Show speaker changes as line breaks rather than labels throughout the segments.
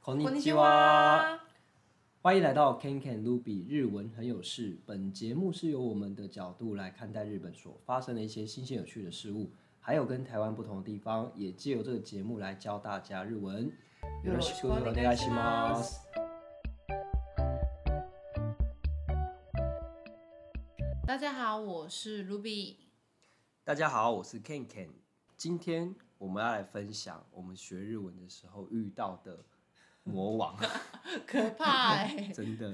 こん
こん
に
に
ち
ち
は，
は。
欢迎来到 Ken Ken Ruby 日文很有事。本节目是由我们的角度来看待日本所发生的一些新鲜有趣的事物，还有跟台湾不同的地方，也借由这个节目来教大家日文。
よろしくお願いします。大家好，我是 Ruby。
大家好，我是 Ken Ken。今天我们要来分享我们学日文的时候遇到的魔王，
可怕哎、
真的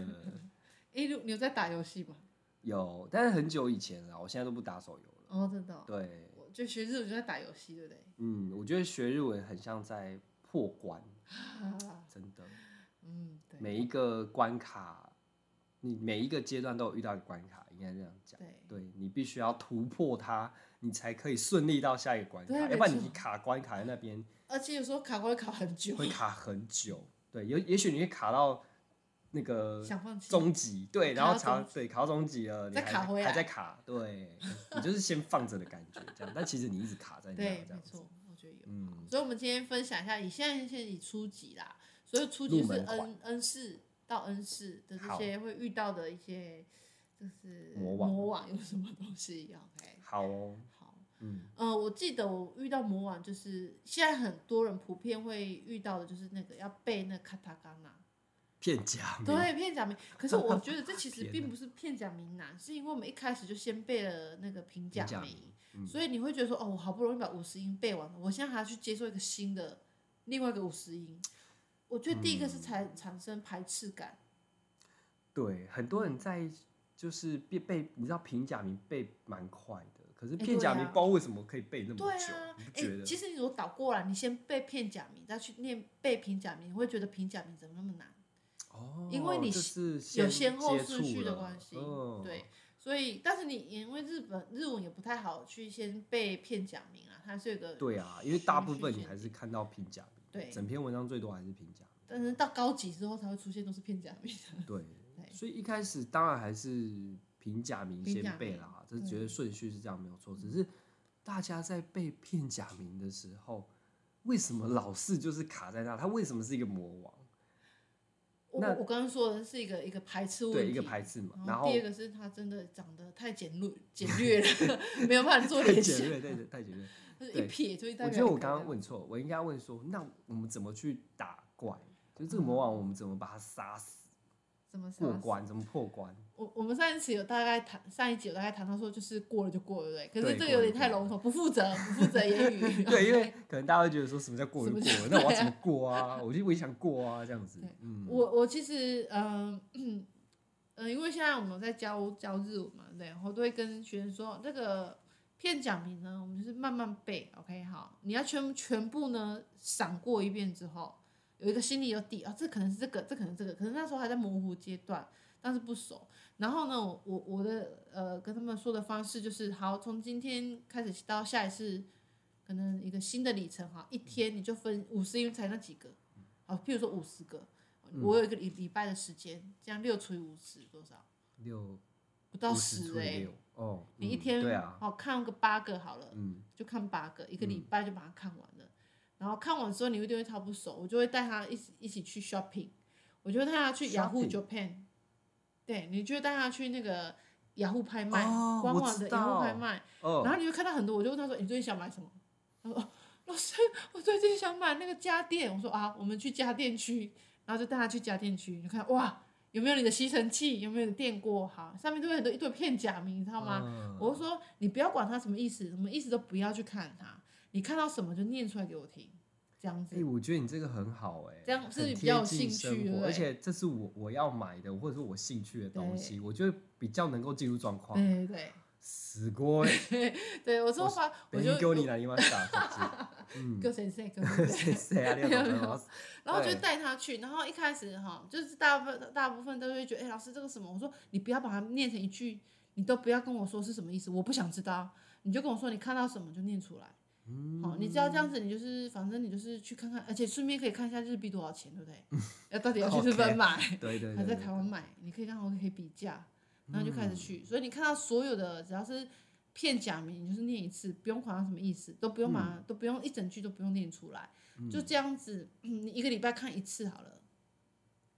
欸！如你有在打游戏吗？
有，但是很久以前了，我现在都不打手游了。
哦，真的哦、
对，
我就学日文就在打游戏，对不对？
嗯，我觉得学日文很像在破关，
啊
真的，
嗯，对
每一个关卡，你每一个阶段都有遇到一个关卡，应该这样讲。
对
对你必须要突破它，你才可以顺利到下一个关卡，
对
要不然
没错
你卡关卡在那边
而且有时候卡关会卡很久，
会卡很久。对，也也许你会卡到那个
想放弃。
终极，对，
卡
然后
到
卡
终
对卡到终极了，你
再
还
卡回
还
来
在卡，对你就是先放着的感觉这样，但其实你一直卡在那
对，
啊这
没
样子。
错，我觉得有。
嗯，
所以，我们今天分享一下，以现在现在以初级啦，所以初级
入
是
门款
N N 四到 N 四的这
好
些会遇到的一些，就是
魔网
魔网有什么东西？OK，
好哦，
好，
嗯，
呃，我记得我遇到魔网，就是现在很多人普遍会遇到的，就是那个要背那卡塔嘎纳，
嗯片假名，
对，片假名。可是我觉得这其实
天哪
并不是片假名难，是因为我们一开始就先背了那个平假
平假
名
名，嗯
所以你会觉得说，哦，我好不容易把五十音背完了，我现在还要去接受一个新的另外一个五十音。我觉得第一个是
嗯
产产生排斥感，
对，很多人在就是背背，你知道平假名背蛮快的，可是
哎
片假
对
名
啊
不知道为什么可以背那么
对
久，
啊
你不，
哎、
觉得？
其实你如果倒过来，你先背片假名，再去念背平假名，你会觉得平假名怎么那么难？
哦，
因为你
就是
有先后
接
顺
触
序的
了
关系，
嗯、
对，，所以但是你因为日本日文也不太好去先背片假名啊，它是有个
对啊，因为大部
顺
分
序
你
限
还
定
是看到平假名，
对
整篇文章最多还是平假名，
但是到高级之后才会出现都是片假名，
对，
对
所以一开始当然还是平假名
平假
先
名
背啦，这
对嗯
觉得顺序是这样没有错，只是大家在背片假名的时候，为什么老是就是卡在那？它为什么是一个魔王？
我
那
我刚刚说的是一个一个排斥问题，
对，一个排斥嘛，然
然
后
第二个是它真的长得太简略简略了，没有办法 做
太
联
简
想，
略，对，太简 略。
就是
对
一撇就一代
我
表
觉得我刚刚问错，我应该问说，那我们怎么去打怪？就是这个魔王，我们怎么把他杀死、
怎么嗯杀
过
死
关？怎么破 关？
我我们上一次有大概谈，上一集有大概谈到说，就是过了就过了，对不对？可是
对
这个
过
有
了
点
就
太
过
笼统，不负责，不负责言语。
对，因为可能大家会觉得说什么叫过就
什么
过
叫
了，那我要怎么过啊？我就我也想过啊，这样子
对。
嗯，
我我其实嗯嗯、呃因为现在我们在教教日文嘛，对，我都会跟学生说，这个片假名呢，我们就是慢慢背，OK，好，你要全全部呢闪过一遍之后，有一个心里有底啊、这可能是这个，这可能是这个，可是那时候还在模糊阶段，但是不熟。然后呢，我我我的呃跟他们说的方式就是，好，从今天开始到下一次。可能一个新的里程哈，一天你就分五十音才那几个，好，譬如说五十个，
嗯
我有一个礼礼拜的时间，这样六除以五十多少？
六
不到
五十
十
除
哎、
以六哦，
你一
嗯
天
对啊，
哦看个八个好了，
嗯，
就看八个，一个礼拜就把它看完了。然后看完之后，你一定会超不熟，我就会带他一起一起去 shopping，我就会带他去
Shopping
Yahoo Japan，对，你就会带他去那个雅虎拍卖、
哦
官
我
网
知
的雅虎
道
拍卖，然
哦，
后你就看到很多，我就问他说：“你最近想买什么？”他说哦：“ 老师，我最近想买那个家电。”我说：“啊，我们去家电区。”然后就带他去家电区，你就看哇，有没有你的吸尘器，有没有你的电锅？好，上面都会很多一堆片假名，你知道吗？
嗯
我就说你不要管它什么意思，什么意思都不要去看它，你看到什么就念出来给我听，这样子。
哎，我觉得你这个很好哎，
这样是
很
比较有
贴
兴
近
趣
生
对不
活，
对
而且这是我我要买的，或者是我兴趣的东
对
西，我觉得比较能够进入状况。
对对对
すごい。
对，我说
我
话 我
勉
就
強になりま した。嗯，
跟谁谁 跟谁谁。
谁啊？你
然后就
对
带他去，然后一开始哈，就是大部分大部分都会觉得，哎、老师这个什么？我说你不要把它念成一句，你都不要跟我说是什么意思，我不想知道，你就跟我说你看到什么就念出来。好，你只要这样子，你就是反正你就是去看看，而且顺便可以看一下日币多少钱，对不对？要到底要去日本买，
对对
还
对对，
在
嗯
台湾买，你可以刚好可以比价，然后就开始去。所以你看到所有的只要是片假名，你就是念一次，不用管它什么意思，都
嗯
嗯不用把、都不用一整句都不用念出来，就这样子，嗯你一个礼拜看一次好了。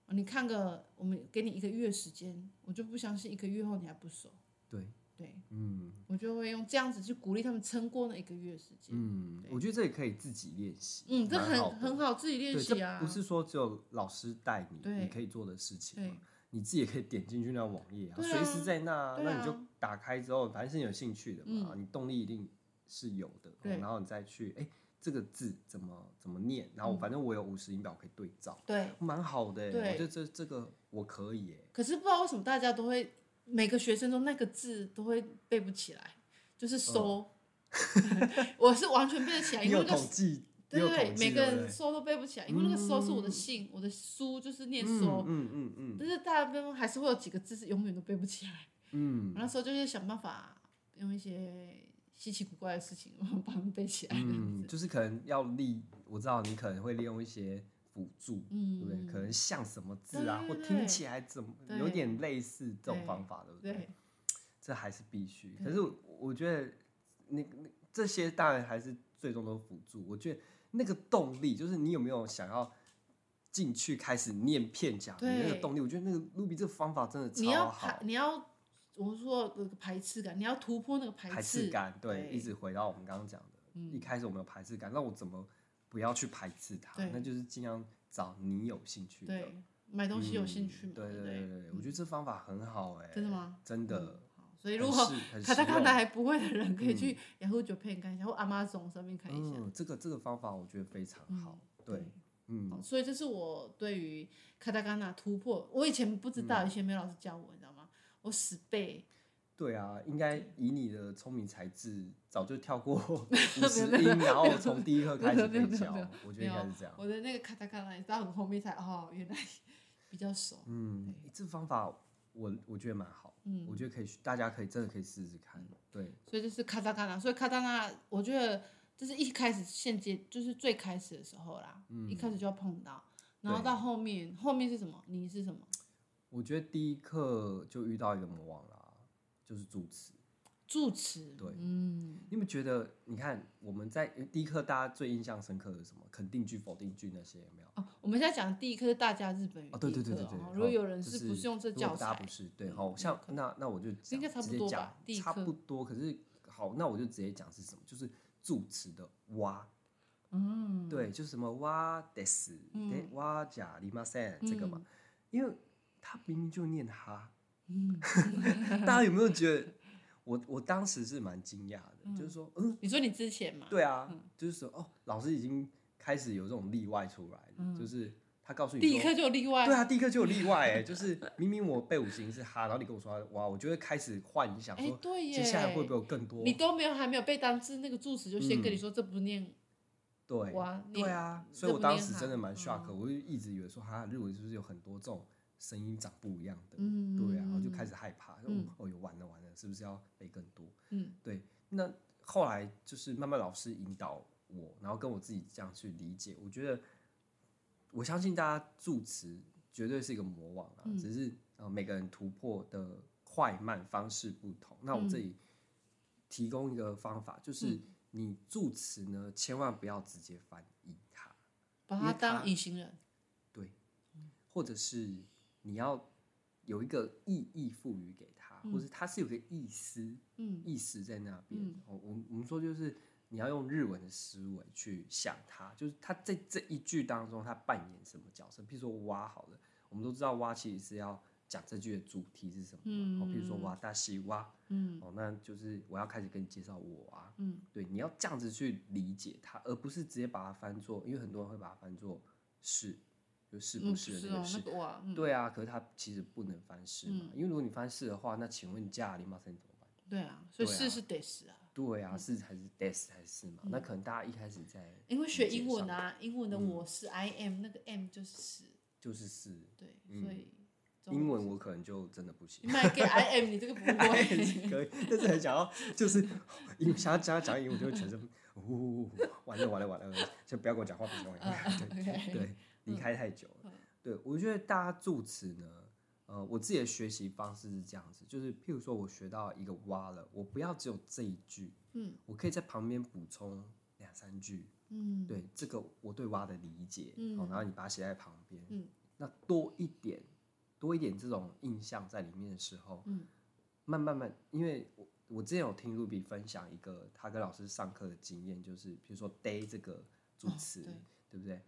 你看个，我们给你一个月时间，我就不相信一个月后你还不熟。
对，
对
嗯
我就会用这样子去鼓励他们撑过那一个月时间。
嗯，
对
我觉得这也可以自己练习，
嗯，这
蛮好的
很很好，自己练
对，
习啊。
这不是说只有老师带你，
对
你可以做的事情
对
嘛，你自己也可以点进去那网页啊，
对
随、
啊
时在那啊，
对
那你就
啊嗯
打开之后，反正是你有兴趣的嘛，你动力一定是有的，哦
对
然后你再去，哎、这个字怎么怎么念，然后
嗯
反正我有五十音表可以对照，
对，
蛮好的、欸，我
对
觉得这这个我可以、欸，
可是不知道为什么大家都会每个学生中那个字都会背不起来，就是收。 我是完全背得起
嗯
来，
你
因为
有
那个
统计，你
对
有
对对
统，计，
每个
对不
人
对
收都背不起来，因为那个收是我的
嗯
姓，我的书就是念
嗯
收，
嗯嗯嗯
但是大部分还是会有几个字是永远都背不起来。
嗯
我那时候就是想办法用一些稀奇古怪的事情把它们背起来，这样
嗯，
子。
就是可能要利，我知道你可能会利用一些辅助，
嗯，
对不对？可能像什么字啊，
对
或
对
听
对
起来怎么
对
有点类似这种
对
方法，对不
对
这还是必须。
对
可是我我觉得那那这些当然还是最终都辅助。我觉得那个动力，就是你有没有想要进去开始念片假名那个
对
动力？我觉得那个卢比这个方法真的
你要
超
排
好，，
你要我是说有个排斥感，你要突破那个排
排斥感，对，
对嗯
一直回到我们刚刚讲的，一开始我们有排斥感，那我怎么不要去排斥它？
对
那就是尽量找你有兴趣的。
对，买东西有兴趣嘛？
嗯对
不
对
对
对对，我觉得这方法很好哎、
真的吗？
真的
嗯，好所以如
很
果
实很
卡达
实
卡
用
达还不会的人，可以去 Yahoo Japan 看一下，或 Amazon 上面看一下。
嗯，这个这个方法我觉得非常好。对，
好，
嗯
所以这是我对于卡达卡纳突破，我以前不知
嗯
道，以前没有老师教我，你知道吗？我死背，
对啊，应该以你的聪明才智，早就跳过五十
没有没有
音，然后从第一课开始
没有
被
没有
教
没有，
哦我觉得应该是这样。
我的那个卡达卡纳也到很后面才哦，原来 比较熟。
嗯，这方法我我觉得蛮好，
嗯
我觉得可以去，大家可以真的可以试试看。对，
所以就是卡达卡纳，所以卡达纳，我觉得这是一开始现阶，就是最开始的时候啦，一开始就要碰到，然后
嗯对
到后面，后面是什么？你是什么？
我觉得第一课就遇到一个魔王啦，就是助词。
助词。
对
嗯，
你有没有觉得，你看我们在第一课大家最印象深刻的是什么？肯定句、否定句那些有没有？
哦，我们现在讲的第一课是大家日本语
哦，对
第
对
一
对
课
对
哦
对。
如果有
好
人
就是
不是用这
如果
教
大家
材
不，是对，
嗯
好像
第一
那那我就
应该
讲
差不
直接
多吧
讲
第一
差
课
不多。可是好，那我就直接讲是什么，就是助词的哇，
嗯，
对，就是什么哇 des
嗯
哇甲里马森这个嘛，因为他明明就念哈，
嗯，
大家有没有觉得？我我当时是蛮惊讶的，就是说，嗯，
你说你之前嘛，
对啊，就是说，哦，老师已经开始有这种例外出来了，就是他告诉你
嗯第一
说
课就有例外，
对啊，第一个就有例外哎、就是明明我背五行是哈，然后你跟我说哇，我就会开始幻想
哎
说，，
对
接
耶，
下来会不会有更多？
你都没有还没有背单词，那个助词就先跟
嗯
你说这不念，
对
哇
对
你
啊，
这
所以我
不
当
厉
时
害
真的蛮 shock，、
哦
我就一直以为说哈，日文是不是有很多这种声音长不一样的？
嗯，
对啊，我就开
始，
始害怕，说
嗯
哦哟完了完了，是不是要背更多？
嗯
对，那后来就是慢慢老师引导我，然后跟我自己这样去理解，我觉得我相信大家助词绝对是一个魔王啊，
嗯
只是呃每个人突破的快慢方式不同。那我这里提供一个方法，就是
嗯
你助词呢，千万不要直接翻译它，
把
因
它
为它
当隐形人，
对，或者是你要有一个意义赋予给它，或者它是有个意思，
嗯
意思在那边哦
嗯。
我我我们说就是你要用日文的思维去想它，就是它在这一句当中它扮演什么角色。譬如说蛙好了，我们都知道蛙其实是要讲这句的主题是什么嘛。哦，譬如说
嗯
蛙大西蛙，
嗯
哦，那就是我要开始跟你介绍我啊。
嗯
对，你要这样子去理解它，而不是直接把它翻作，因为很多人会把它翻作是，就是
嗯，
不
不
是的
是
那
哦
个，是。
那个哇，嗯，
对啊，可是它其实不能翻是嘛，因为如果你翻是的话，那请问加里马森怎么办？
对啊，所以
对啊
是是得是啊。
对啊，是还是 des 还是嘛？那可能大家一开始在
因为学
理解
英文
上
啊，英文的
嗯
我是 I am，、那个 M 就是是，
就是是
对，所以
嗯
中
英文，我哎可能就真的不
你
行。
卖给 I am，你这个不 会，
可以，但是很想要，就是因为想要讲讲英文，就会全身，呜、完了完了完了，就不要跟我讲话，不要跟我
嗯
讲话。对， 对，离开太久了。对，我觉得大家助词呢，呃，我自己的学习方式是这样子，就是譬如说我学到一个蛙了，我不要只有这一句，
嗯
我可以在旁边补充两三句，
嗯，
对这个我对蛙的理解，哦
嗯
好，然后你把它写在旁边，
嗯，
那多一点多一点这种印象在里面的时候，
嗯，
慢慢慢，因为我我之前有听 Ruby 分享一个他跟老师上课的经验，就是比如说 day 这个助
哦
词，
对
对不对？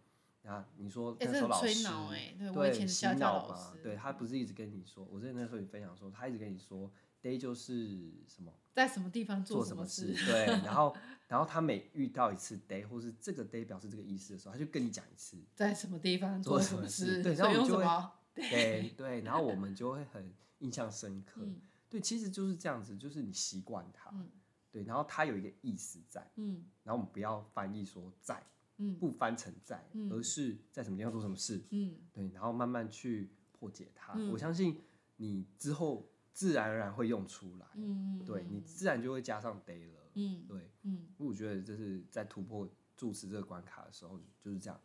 那你说
哎、
那时候
这很
老
吹
师、
脑哎、对我以
对
前的家
洗
教
脑
老
嘛
师，，
对他不是一直跟你说，我之前那时候也分享说，他一直跟你说 day 就是什么。
在什么地方
做
什
什
么
么事， 对，然 后然后他每遇到一次 day 或是这个 day 表示这个意思的时候，他就跟你讲一次，
在什么地方
做
什
什么
事，
事对
所以
然后
用
你
什
就会
么？
对对，然后我们就会很印象深刻，
嗯
对，其实就是这样子，就是你习惯它，
嗯
对，然后它有一个意思在，
嗯
然后我们不要翻译说在，
嗯
不翻成在，
嗯
而是在什么地方做什么事，
嗯，
对，然后慢慢去破解它，
嗯
我相信你之后自然而然会用出来，
嗯，嗯
对你自然就会加上 day 了，
嗯
对，
嗯
因为我觉得这是在突破助词这个关卡的时候就是这样，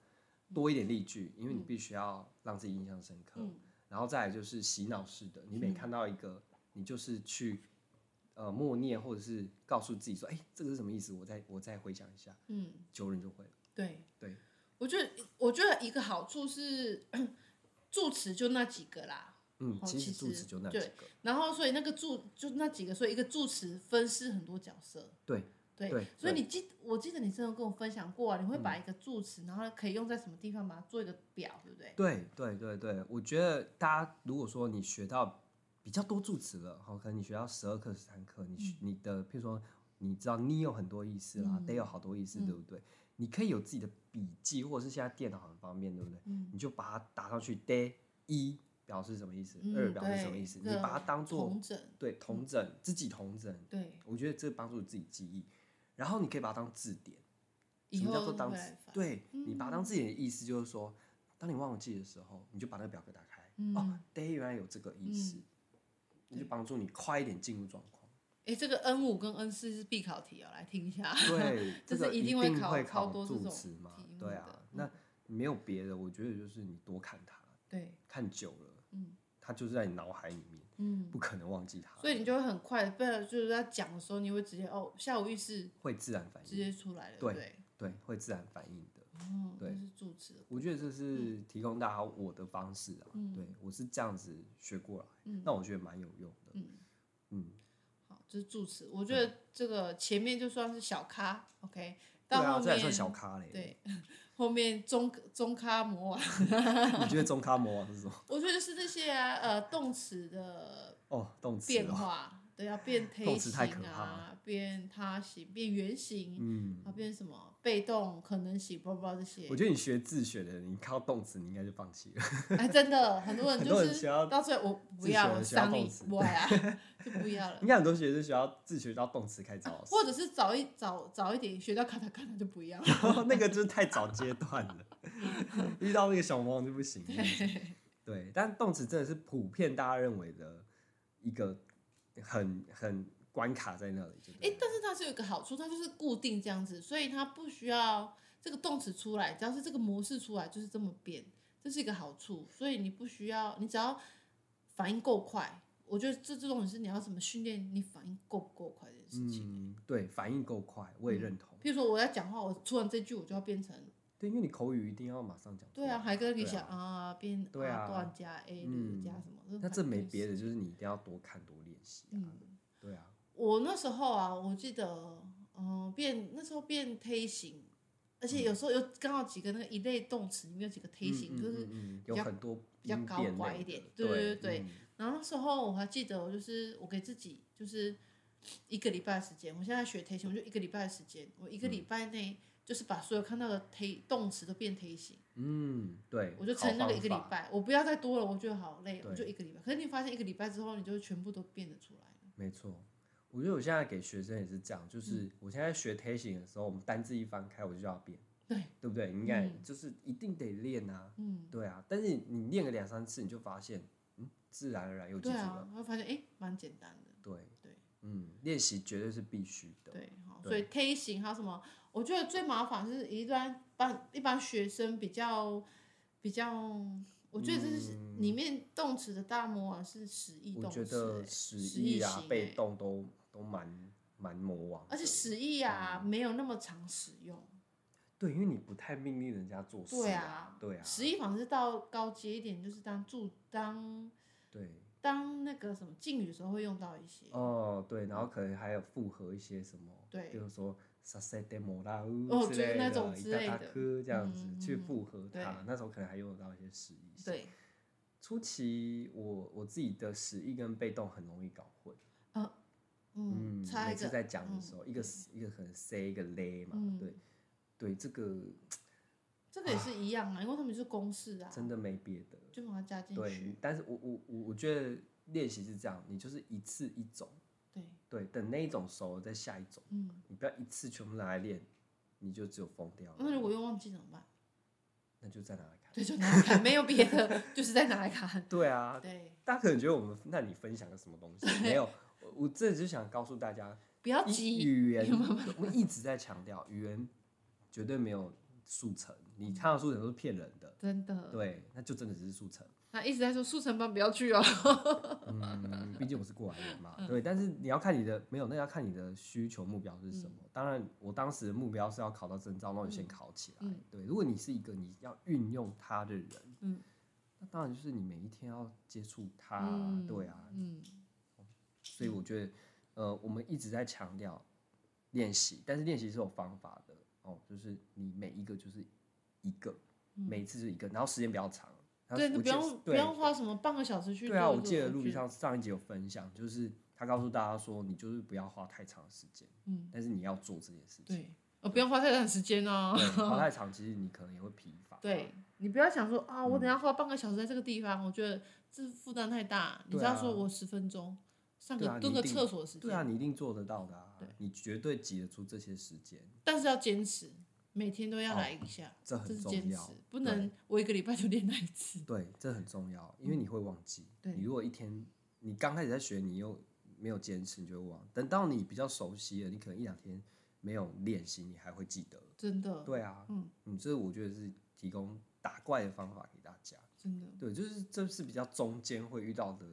多一点例句，因为你必须要让自己印象深刻。
嗯
然后再来就是洗脑式的，你每看到一个，你就是去呃默念，或者是告诉自己说，哎、这个是什么意思？我再我再回想一下，
嗯，
久了你就会了。
对
对，
我觉得我觉得一个好处是助词就那几个啦，
嗯，
哦
其
其
实
实
助词就那几个，
然后所以那个助就那几个，所以一个助词分饰很多角色。
对
对，
对
所
对
以
嗯
你记，我记得你之前有跟我分享过啊，你会把一个助词，然后可以用在什么地方，把它做一个表，对不对？
对对对对，我觉得大家如果说你学到比较多助词了，好，可能你学到十二课、十三课，你学你的譬如说你知道 ni 有很多意思啦、
嗯
d a y 有好多意思，对不对？你可以有自己的笔记，或者是现在电脑很方便，对不对？
嗯
你就把它打上去 day 一表示什么意思，
嗯
二表示
对
什么意思，你
这
把它当做
同整，
对同整，自己同整，
对，
我觉得这帮助自己记忆。然后你可以把它当字典，
以
什么
后
叫做
都
当
会嗯
字
来翻。
对你把它当字典的意思就是说，当你忘记的时候，你就把那个表格打开，哦
嗯
，day 原来有这个意思，那就帮助你快一点进入状 况。
哎，这个 N 五跟 N 四是必考题哦，来听一下。
对，
这
个
是一
一
定会
会
考超
考
多这
助
种
词嘛
题目，
对
的嗯
啊，那没有别的，我觉得就是你多看它，
对，
看久了，
嗯
它就是在你脑海里面，
嗯，
不可能忘记它，
所以你就会很快，不然就是在讲的时候，你会直接哦，下午遇事
会自然反
直
应，
接出来了，
对
不对？
对，会自然反应的。
哦，
对
这是助词的。
我觉得这是提供大家我的方式啊，对我是这样子学过来，
嗯
那我觉得蛮有用的，
嗯
嗯，
好，这是助词。我觉得这个前面就算是小咖，OK，
对
到
啊，
后
这还
面
算小咖嘞，
对，后面中中咖魔王，
你觉得中咖魔王是什么？
我觉得是这些啊，呃动词的
哦，动词
变
哦，
化，对，要变
动
推
词
形
太可怕
啊，变他形，变原形，
嗯，
啊，变什么被动可能形，不不这些
我。觉得你学自学的，你看到动词，你应该就放弃了。
哎，真的，很多人
很
就
多人
是
需要
到最后我不
自
要，
学
我
的需要
商
动
议
词
不要， 就不要了
应。该很多学生学到自学到动词开始找老师，
或者是早一早早一点学到卡塔卡塔就不要了。
那个就是太早阶段了，遇到那个小魔王就不行。对，但动词真的是普遍大家认为的一个很很关卡在那里，就
哎、
对了
但是它是有一个好处，它就是固定这样子，所以它不需要这个动词出来，只要是这个模式出来就是这么变，这是一个好处。所以你不需要，你只要反应够快，我觉得这这种是你要怎么训练你反应够不够快这件事情。
嗯，对，反应够快，我也认同。
譬如说我在讲话，我突然这句我就要变成
对，因为你口语一定要马上讲。
对啊，，还跟你
对啊
想啊变
对啊
段加 A
嗯
加什么，
那这没别
的。
的，就是你一定要多看多练习啊。
嗯，
对啊，
我那时候啊，我记得，嗯、变那时候变推形，而且有时候有刚好几个那个一类动词里面有几个推形，
嗯嗯
就是，
嗯嗯
比
有
较
很多
比较
音
高
变
乖
类的
一点对
对
对对
嗯
然后那时候我还记得，我就是我给自己就是一个礼拜的时间，我现在学推形，我就一个礼拜的时间，我一
嗯
个礼拜内就是把所有看到的推动词都变推形，
嗯，对，
我就
好
撑那个
方
一个礼
法，
拜，我不要再多了，我觉得好累，
对
我就一个礼拜。可是你发现一个礼拜之后，你就全部都变得出来了，
没错。我觉得我现在给学生也是这样，
嗯
就是我现在学 t a s i n g 的时候，我们单字一翻开我就要变，
对，
对不对？你看，
嗯
就是一定得练啊，
嗯。
对啊。但是你练个两三次，你就发现，嗯，自然而然又记
对
住
啊
了。，
会发现哎，诶蛮简单的。
对
对
嗯，练习绝对是必须的。
对，好，
对
所以推行还有什么？我觉得最麻烦是一般般一般学生比较比较，我觉得这是里面动词的大魔王是十亿
嗯我
动
觉
词、
得
欸
实
实
意
意
啊
型、
被
欸
动都都蛮蛮魔王的，
而且十亿啊、
嗯
没有那么常使用。
对，因为你不太命令人家做事
对
啊，对啊，
十亿反而是到高阶一点，就是当助当
对，
当那个什么敬语的时候会用到一些。
哦，对，然后可能还有复合一些什么，
对
比如说 s a s e d e m o r a u
哦
之
就是
类
那
的，
种之类的
科这样子、
嗯
去
嗯
复合
对
它，那时候可能还用得到一些实义。，
对，
初期我我自己的实义跟被动很容易搞混，
嗯，差
每
一
次
个。
在讲的
嗯
时候，一个一个可能 say 一个 lay 嘛，
嗯
对，对，这个
这个也是一样啊，因为他们是公式啊，
真的没别的，
就把它加进
对
去。，
但是我我我我觉得练习是这样，你就是一次一种，
对，
对，等那一种熟了再下一种，
嗯，
你不要一次全部拿来练，你就只有疯掉
那如
了，
果又忘记怎么办？
那就再拿来看。
嗯对，就拿来看，没有别的，就是再拿来看。
对啊，
对，
大家可能觉得我们那你分享个什么 东西？没有，我我这就想告诉大家，
不要
一
急。
语言我一直在强调，语言绝对没有速成，你看到速成都是骗人的，
真的，
对，那就真的只是速成。
那一直在说速成班不 要去哦。
嗯，毕竟我是过来人
嗯
嘛，对。但是你要看你的没有，那要看你的需求目标是什么。当然，我当时的目标是要考到证照，那我就先考起来。
嗯嗯
对，如果你是一个你要运用它的人，
嗯
那当然就是你每一天要接触它啊、
嗯，
对啊。
嗯，
所以我觉得，呃，我们一直在强调练习，但是练习是有方法的哦，就是你每一个就是一个，每一次就是一个，然后时间比较长。然后
嗯对，
我
你不
记得
用不
对
用花什么半个小时去。
对啊，我记得陆比，上上一集有分享，就是他告诉大家说，你就是不要花太长的时间，
嗯，
但是你要做这件事情。
对，呃，不用花太长时间哦。
对，花 太长其实你可能也会疲乏。
对你不要想说啊，我等一下花半个小时在这个地方，我觉得这负担太大。你
对
只要
啊
说我十分钟，上
对啊
个蹲
你
个
一定
厕所的时
对啊，
间，
你一定做得到的啊
对，
你绝对挤得出这些时间，
但是要坚持，每天都要来一下，
哦这
这
很
是
重
坚持
要。，
不能我一个礼拜就练那一次。
对，这很重要，因为你会忘记。
嗯对
你如果一天你刚开始在学，你又没有坚持，你就会忘。等到你比较熟悉了，你可能一两天没有练习，你还会记得。
真的，
对啊，
嗯
嗯，这我觉得是提供打怪的方法给大家。
真的，
对，就是这是比较中间会遇到的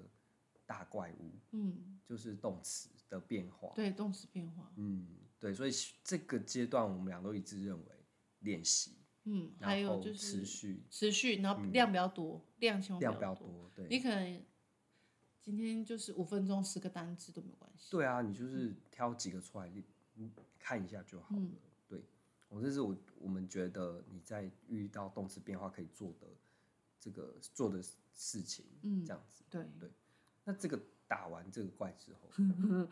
大怪物，
嗯，
就是动词的变化。
对，动词变化，
嗯，对，所以这个阶段我们俩都一致认为练习，
嗯，还
然
有
后
就
持
是
续嗯
持续，然后量不要多，量千
量
万
比
不要
较
多。
多，
你
对，
可能今天就是五分钟十个单词都没有关系。
对啊，你就是挑几个出来练嗯看一下就好了。
嗯
对，我这是我我们觉得你在遇到动词变化可以做的这个做的事情，
嗯
这样子。
对，
那这个打完这个怪之后，
嗯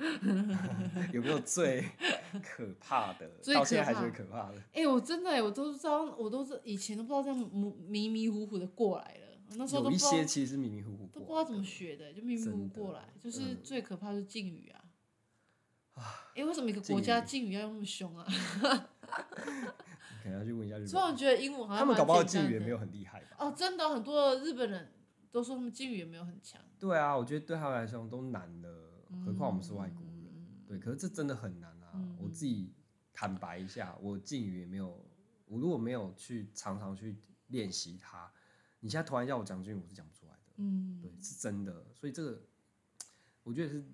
有没有最 可怕的？
最
到现在
可
还觉得
怕
可怕的？
哎、我真的、欸、我都知道，我都是以前都不知道这样迷迷糊糊的过来了，那时候
有
都不
一
知道
些其实是迷迷糊糊
都
过，
不知道怎么。学的，就迷迷糊糊
真的
过来。就是
嗯啊
最可怕的是敬语啊。哎、为什么一个国
敬
家
语
敬语要用那么凶 啊？
可能要去问一下日
虽
本
然我
人，
觉得英文好像
他们搞不好
蛮简
敬语也没
单的
有很厉害吧？
哦，真的很多日本人都说他们敬语也没有很强。
对啊，我觉得对他们来说都难了，何况我们是外国人。
嗯
对，可是这真的很难啊！
嗯
我自己坦白一下，我敬语也没有，我如果没有去常常去练习它，你现在突然叫我讲敬语，我是讲不出来的。
嗯，
对，是真的。所以这个，我觉得是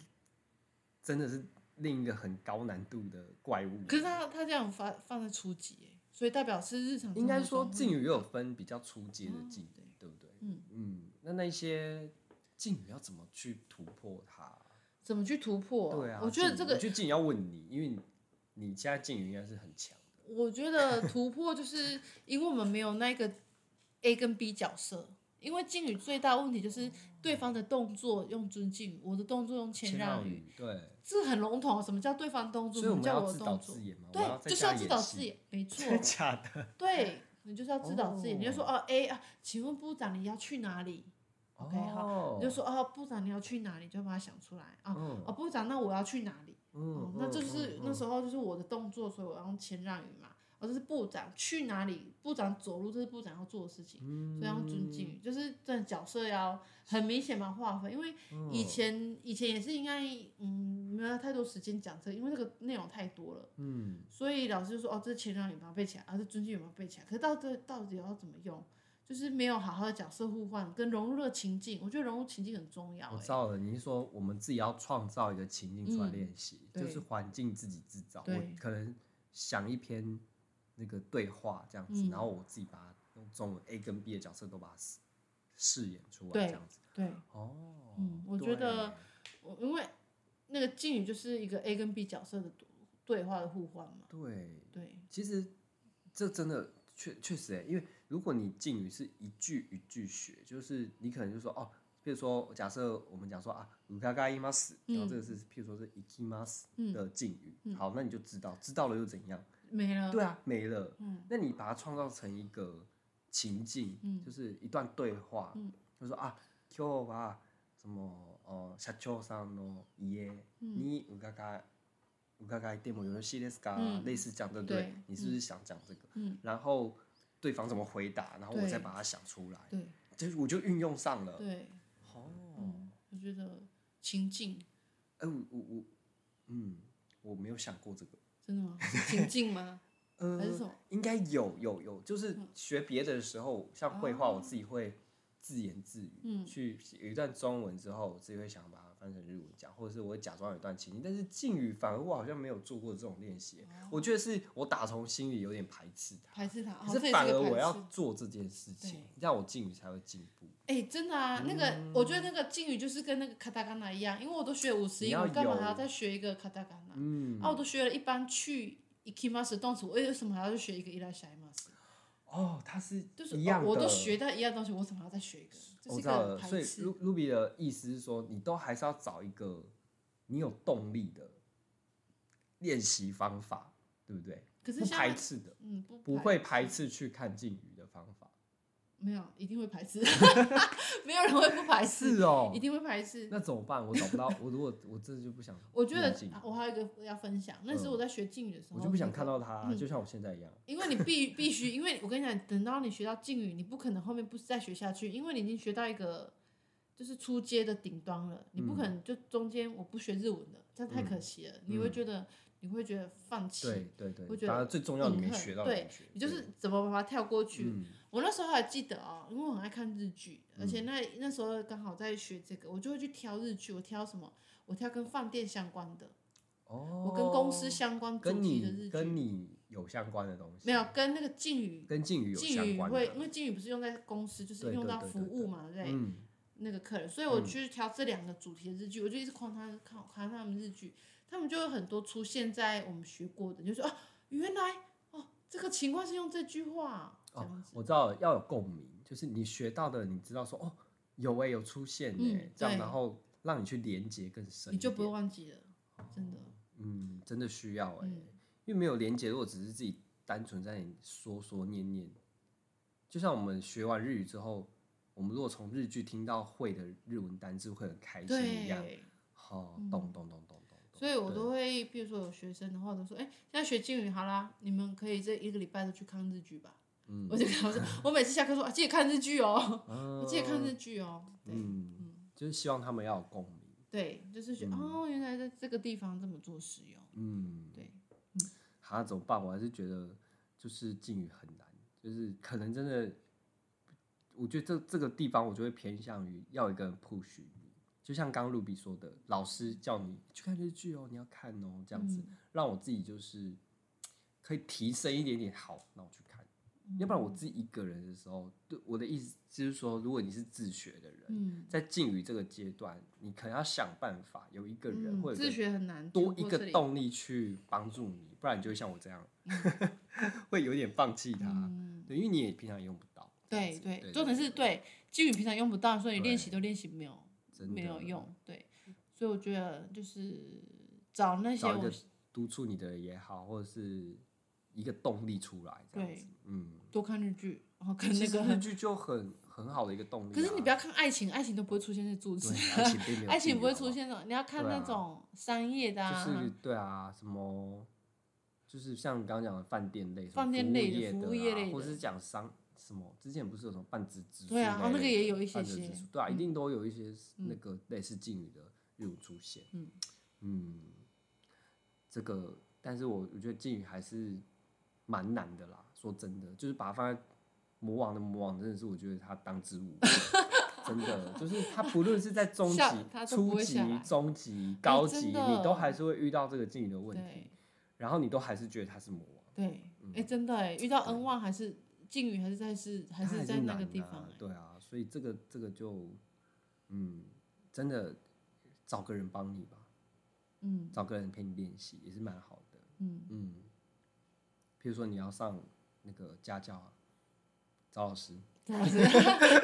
真的是另一个很高难度的怪物。
可是他他这样发放在初级、欸，所以代表是日常
应该
生活
说
中会
敬语也有分比较初阶的
哦
敬语，
对
对不对？
嗯
那那一些敬语要怎么去突破它？
怎么去突破？
对啊，
我觉得
敬
这
语
个
我觉得敬语要问你，因为你你现在敬语应该是很强的。
我觉得突破就是因为我们没有那个 A 跟 B 角色，因为敬语最大问题就是对方的动作用尊敬语，我的动作用谦让语，
语对，
这很笼统。啊什么叫对方动
所
作？
以
什
我
么
们
叫
要
我
自
的
导
动作
自？演嘛，我们
对，
在
就是要
家
自
演
导自
戏，
演，没错
真，的假的？
对哎你就是要自导自演。你就说
哦
哦 A 啊，请问部长你要去哪里？OK，好
好
你就说哦部长你要去哪里，就把它想出来啊。
嗯
哦部长，那我要去哪里？哦
嗯，，
那
嗯
就是那时
候
候就是我的动作，所以我要用谦让语嘛。哦，这是部长去哪里？部长走路，这是部长要做的事情，
嗯
所以要用尊敬语，就是这角色要很明显嘛划分。因为
嗯
以前以前也是应该嗯没有太多时间讲这个，因为这个内容太多了，
嗯。
所以老师就说哦，这是谦让语，把它背起来；，啊，这尊敬语，把它背起来。可是到底到底要怎么用？就是没有好好的角色互换，跟融入的情境，我觉得融入情境很重要、
我
欸。
知哦道了，你是说我们自己要创造一个情境出来
嗯
练习，
对
就是环境自己制造。
对
我可能想一篇那个对话这样子，
嗯
然后我自己把它用中文 A 跟 B 的角色都把它饰演出来
对
这样子。
对，
哦，
嗯我觉得我因为那个敬语就是一个 A 跟 B 角色的对话的互换嘛，
对对，
对，
其实这真的确确实哎、因为如果你敬语是一句一句学，就是你可能就说哦，比如说假设我们讲说啊，うかがいます，然后这个是譬如说是いきます
嗯
的敬语，好，那你就知道，知道了又怎样？
没了，
对啊，没了。
嗯
那你把它创造成一个情境，
嗯
就是一段对话，
嗯
就说啊，今日は什么呃社長さんの家
嗯
に伺い伺いてもよろしいですか？
嗯
类似这样，对不对？
对
你是不是想讲这个？
嗯
然后对方怎么回答，然后我
对
再把它想出来，
对
就是我就运用上了。
对，
哦，
嗯，我觉得情境
哎、我我我，嗯，我没有想过这个。
真的吗？情境吗？
呃
还是什么？
应该有有有，就是
嗯
学别的的时候，像绘画，我自己会自言自语，
哦嗯
去有一段中文之后，我自己会想把它翻成日文讲，或者是我会假装有一段情境，但是敬语反而我好像没有做过这种练习，我觉得是我打从心里有点排斥它，
排斥它，哦
可
这也
是
是
反
个
而我
排
要
斥
做这件事情
对，
让我敬语才会进步。
哎、真的啊，那个、
嗯
我觉得那个敬语就是跟那个卡塔甘纳一样，因为我都学五十
你
音，
要
我干嘛还要
有
再学一个卡塔甘纳？
嗯，
啊，我都学了一般去 ikimas 动词，我为什么还要去学一个伊拉西马斯？
哦，它是
就是
一样
哦
的，
我都学到一样东西，我为什么还要再学一个？这是
我
一
知道
个
了，所
排
以
斥。
Ru Ruby 的意思是说，你都还是要找一个你有动力的练习方法，对不对？
可是
不
像
排斥的，
嗯，不
不会排斥去看敬语的方法。
没有，一定会排斥， 没有人会不排斥，
是 哦
一，定会排斥。
那怎么办？我找不到，我如果我真的就不想
我觉得啊
练敬语，
我还有一个要分享，那时候我在学敬语的时
嗯
候，
我就不想
那个
看到它，就像我现在一样。
因为你必必须，因为我跟你讲，等到你学到敬语，你不可能后面不再学下去，因为你已经学到一个就是出阶的顶端了，你不可能就中间我不学日文了，这样太可惜了，你会觉得你会觉得放弃，
嗯对对
我
对，
觉
反
得
而最重要你
隐
没
恨
学到的
对
东西，
你就是怎么把它跳过去。
嗯
我那时候还记得哦，因为我很爱看日剧，而且那那时候刚好在学这个，我就会去挑日剧，我挑什么？我挑跟饭店相关的，
哦，
我跟公司相关主
跟
题的
你
日
跟
剧，
你有相关的东西，
没有跟那个敬语
跟敬语有
敬
相
语
关
会，因
的，
为敬语不是用在公司，就是
对
用
对
到
对
服
对
务嘛，对不对？
嗯。
那个客人，所以我去挑这两个主题的日剧，我就一直狂看看看他们日剧，他们就有很多出现在我们学过的，就说啊，原来哦，这个情况是用这句话这
哦
样子，，
我知道了要有共鸣，就是你学到的，你知道说哦，有哎、有出现哎、
嗯
这样
对
然后让你去连接更深一点，
你就不会忘记了，
哦
真的。
嗯，真的需要哎、
嗯
因为没有连接，如果只是自己单纯在那里说说念念，就像我们学完日语之后，我们如果从日剧听到会的日文单字会很开心一样，
对，嗯
好、哦，懂懂懂懂懂懂，
所以我
对
都会，比如说有学生的话，我都说，哎，现在学敬语好啦，你们可以这一个礼拜都去看日剧吧。
嗯
我就跟他说，我每次下课说啊，记得看日剧哦，
嗯
我记得看日剧哦。对，
嗯，就是希望他们要有共鸣，
对，就是觉得、哦，原来在这个地方这么做使用。
嗯。
对，
啊，怎么办？我还是觉得就是敬语很难，就是可能真的，我觉得这这个地方我就会偏向于要有一个人 push 你，就像刚刚露比说的，老师叫你去看日剧哦，你要看哦，这样子、
嗯
让我自己就是可以提升一点点，好，那我去看。
嗯
要不然我自己一个人的时候，对我的意思就是说，如果你是自学的人，
嗯，
在敬语这个阶段，你可能要想办法有一个人、
嗯
或者
自学很难，
多
突
一
破这
个
里，
动力去帮助你，不然你就会像我这样， 会有点放弃它。
嗯，
对，因为你也平常也用不到。
对
这样子
对，重点是对，基于平常用不到，所以你练习都练习没有
真的
没有用，对，所以我觉得就是找那些
找一
我
个督促你的也好，或者是一个动力出来这样子
对。
嗯，
多看日剧，然后看
其
那
实日
个，
剧就很很好的一个动力、啊。
可是你不要看爱情，爱情都不会出现这助词
对，爱情并没有，
爱情不会出，现的，你要看
对啊
那种商业的啊，
就是对啊，什么就是像你刚刚讲的饭店类、什么
饭店类的
服
服务业类
啊，
的
或者是讲商什么，之前不是有什么半职指数
对啊，
类
哦，那
的
个也有一些
泛指
些嗯
指，数，对啊，一定都有一些那个类似敬语的日文出现。
嗯
嗯这个，但是我我觉得敬语还是蛮难的啦。说真的，就是把它放在魔王的魔王，真的是我觉得他当之无愧。真的，就是他不论是在中级
下他、都不
初
会下
级
来、哎
中级、高
真
级，
的
你都还是会遇到这个敬语的问题，
对。
然后你都还是觉得他是魔王，
对，哎、真的哎，遇到 N 万还是靖宇还是在是还
他
是在那
难
个地
啊
方哎，
对啊，所以这个这个就，嗯，真的找个人帮你吧，
嗯
找个人陪你练习也是蛮好的。
嗯
嗯，譬如说你要上那个家教啊，找老师，
这样子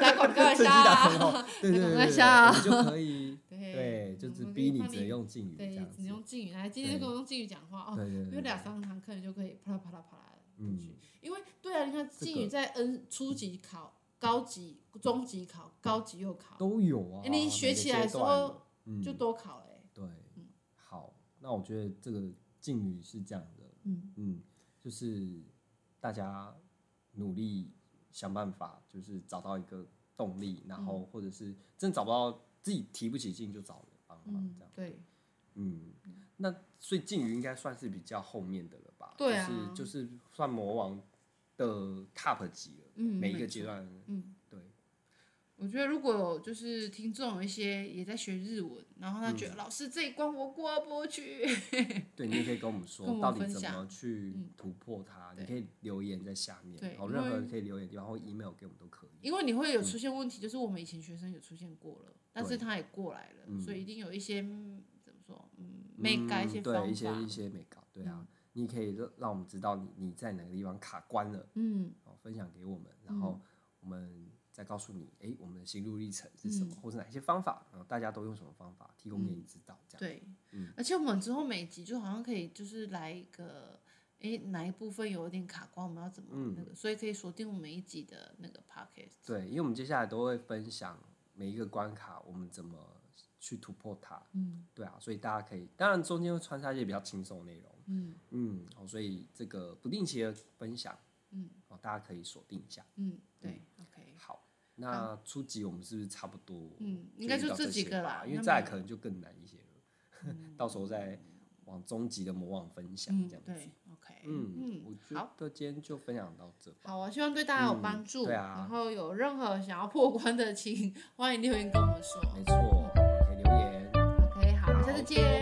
打广 告一
趁机
下
打很
啊，
好，对对对
广告
对
一
对，
下，
我们就可以
对
对，就
我
是
们可
逼
以
你
帮
只能
你
用敬语这
对
样，
只
子，
用敬语来，今
对
天跟我用敬语讲话哦，
对对
有
对，
两三堂课你就可以啪啦啪啦啪啦过
嗯
去，因为对啊，你看
这
敬语
个
在 N 初级考、高级、中级考、高级又考，
都有啊
诶。哎你学
每个
起
阶
来的时
段
候
嗯
就都考了欸，
对，好，那我觉得这个敬语是这样的，
嗯
嗯，就是大家努力想办法，就是找到一个动力，然
嗯
后或者是真找不到自己提不起劲，就找人帮忙
嗯
这样。，
对，
嗯，那所以靖宇应该算是比较后面的了吧？
对啊
就是就是算魔王的 top 级了，
嗯，
每一
没
个
错
阶段，
嗯，
对，
我觉得如果有就是听众有一些也在学日文，然后他觉得、
嗯
老师这一关我过不去，
对，你也可以跟我们说
跟我们
到底
分
怎
享嗯
么去突破它，
对
你可以留言在下面，
对
好，
因
任何
为
可以留言的地方或 email 给我们都可以。
因为你
嗯
会有出现问题，就是我们以前学生有出现过了，但是他也过来了，所以一定有一些嗯怎么说，嗯，没改一些
嗯
方法，嗯
对一些一些美稿，对啊，你可以让让我们知道你你在哪个地方卡关了，
嗯
哦，分享给我们，然后我们再告诉你，哎，我们的心路历程是什
嗯
么，或者哪些方法，然后大家都用什么方法提供给你知道，这样。
对，
嗯
而且我们之后每集就好像可以就是来一个。诶，哪一部分有一点卡关，我们要怎么
嗯
那个？所以可以锁定我们一集的那个 podcast。
对，因为我们接下来都会分享每一个关卡我们怎么去突破它。
嗯，
对啊，所以大家可以，当然中间会穿插一些比较轻松的内容。
嗯
嗯，好，所以这个不定期的分享，嗯，哦，大家可以锁定一下。
嗯，对，OK。
好，那初级我们是不是差不多？
嗯应该
就遇
就
到
这
这
几
些
个
吧
啦
因为
那
再来
么
可能就更难一些了， 到时候再往中级的魔网分享
嗯
这样，子。
对，OK，
嗯，我
好
觉得今天就分享到这吧。
好啊，希望对大家有帮
嗯
助。
对啊
然后有任何想要破关的，请欢迎留言跟我们说。
没错，可以留言。
OK，好，我们下次见，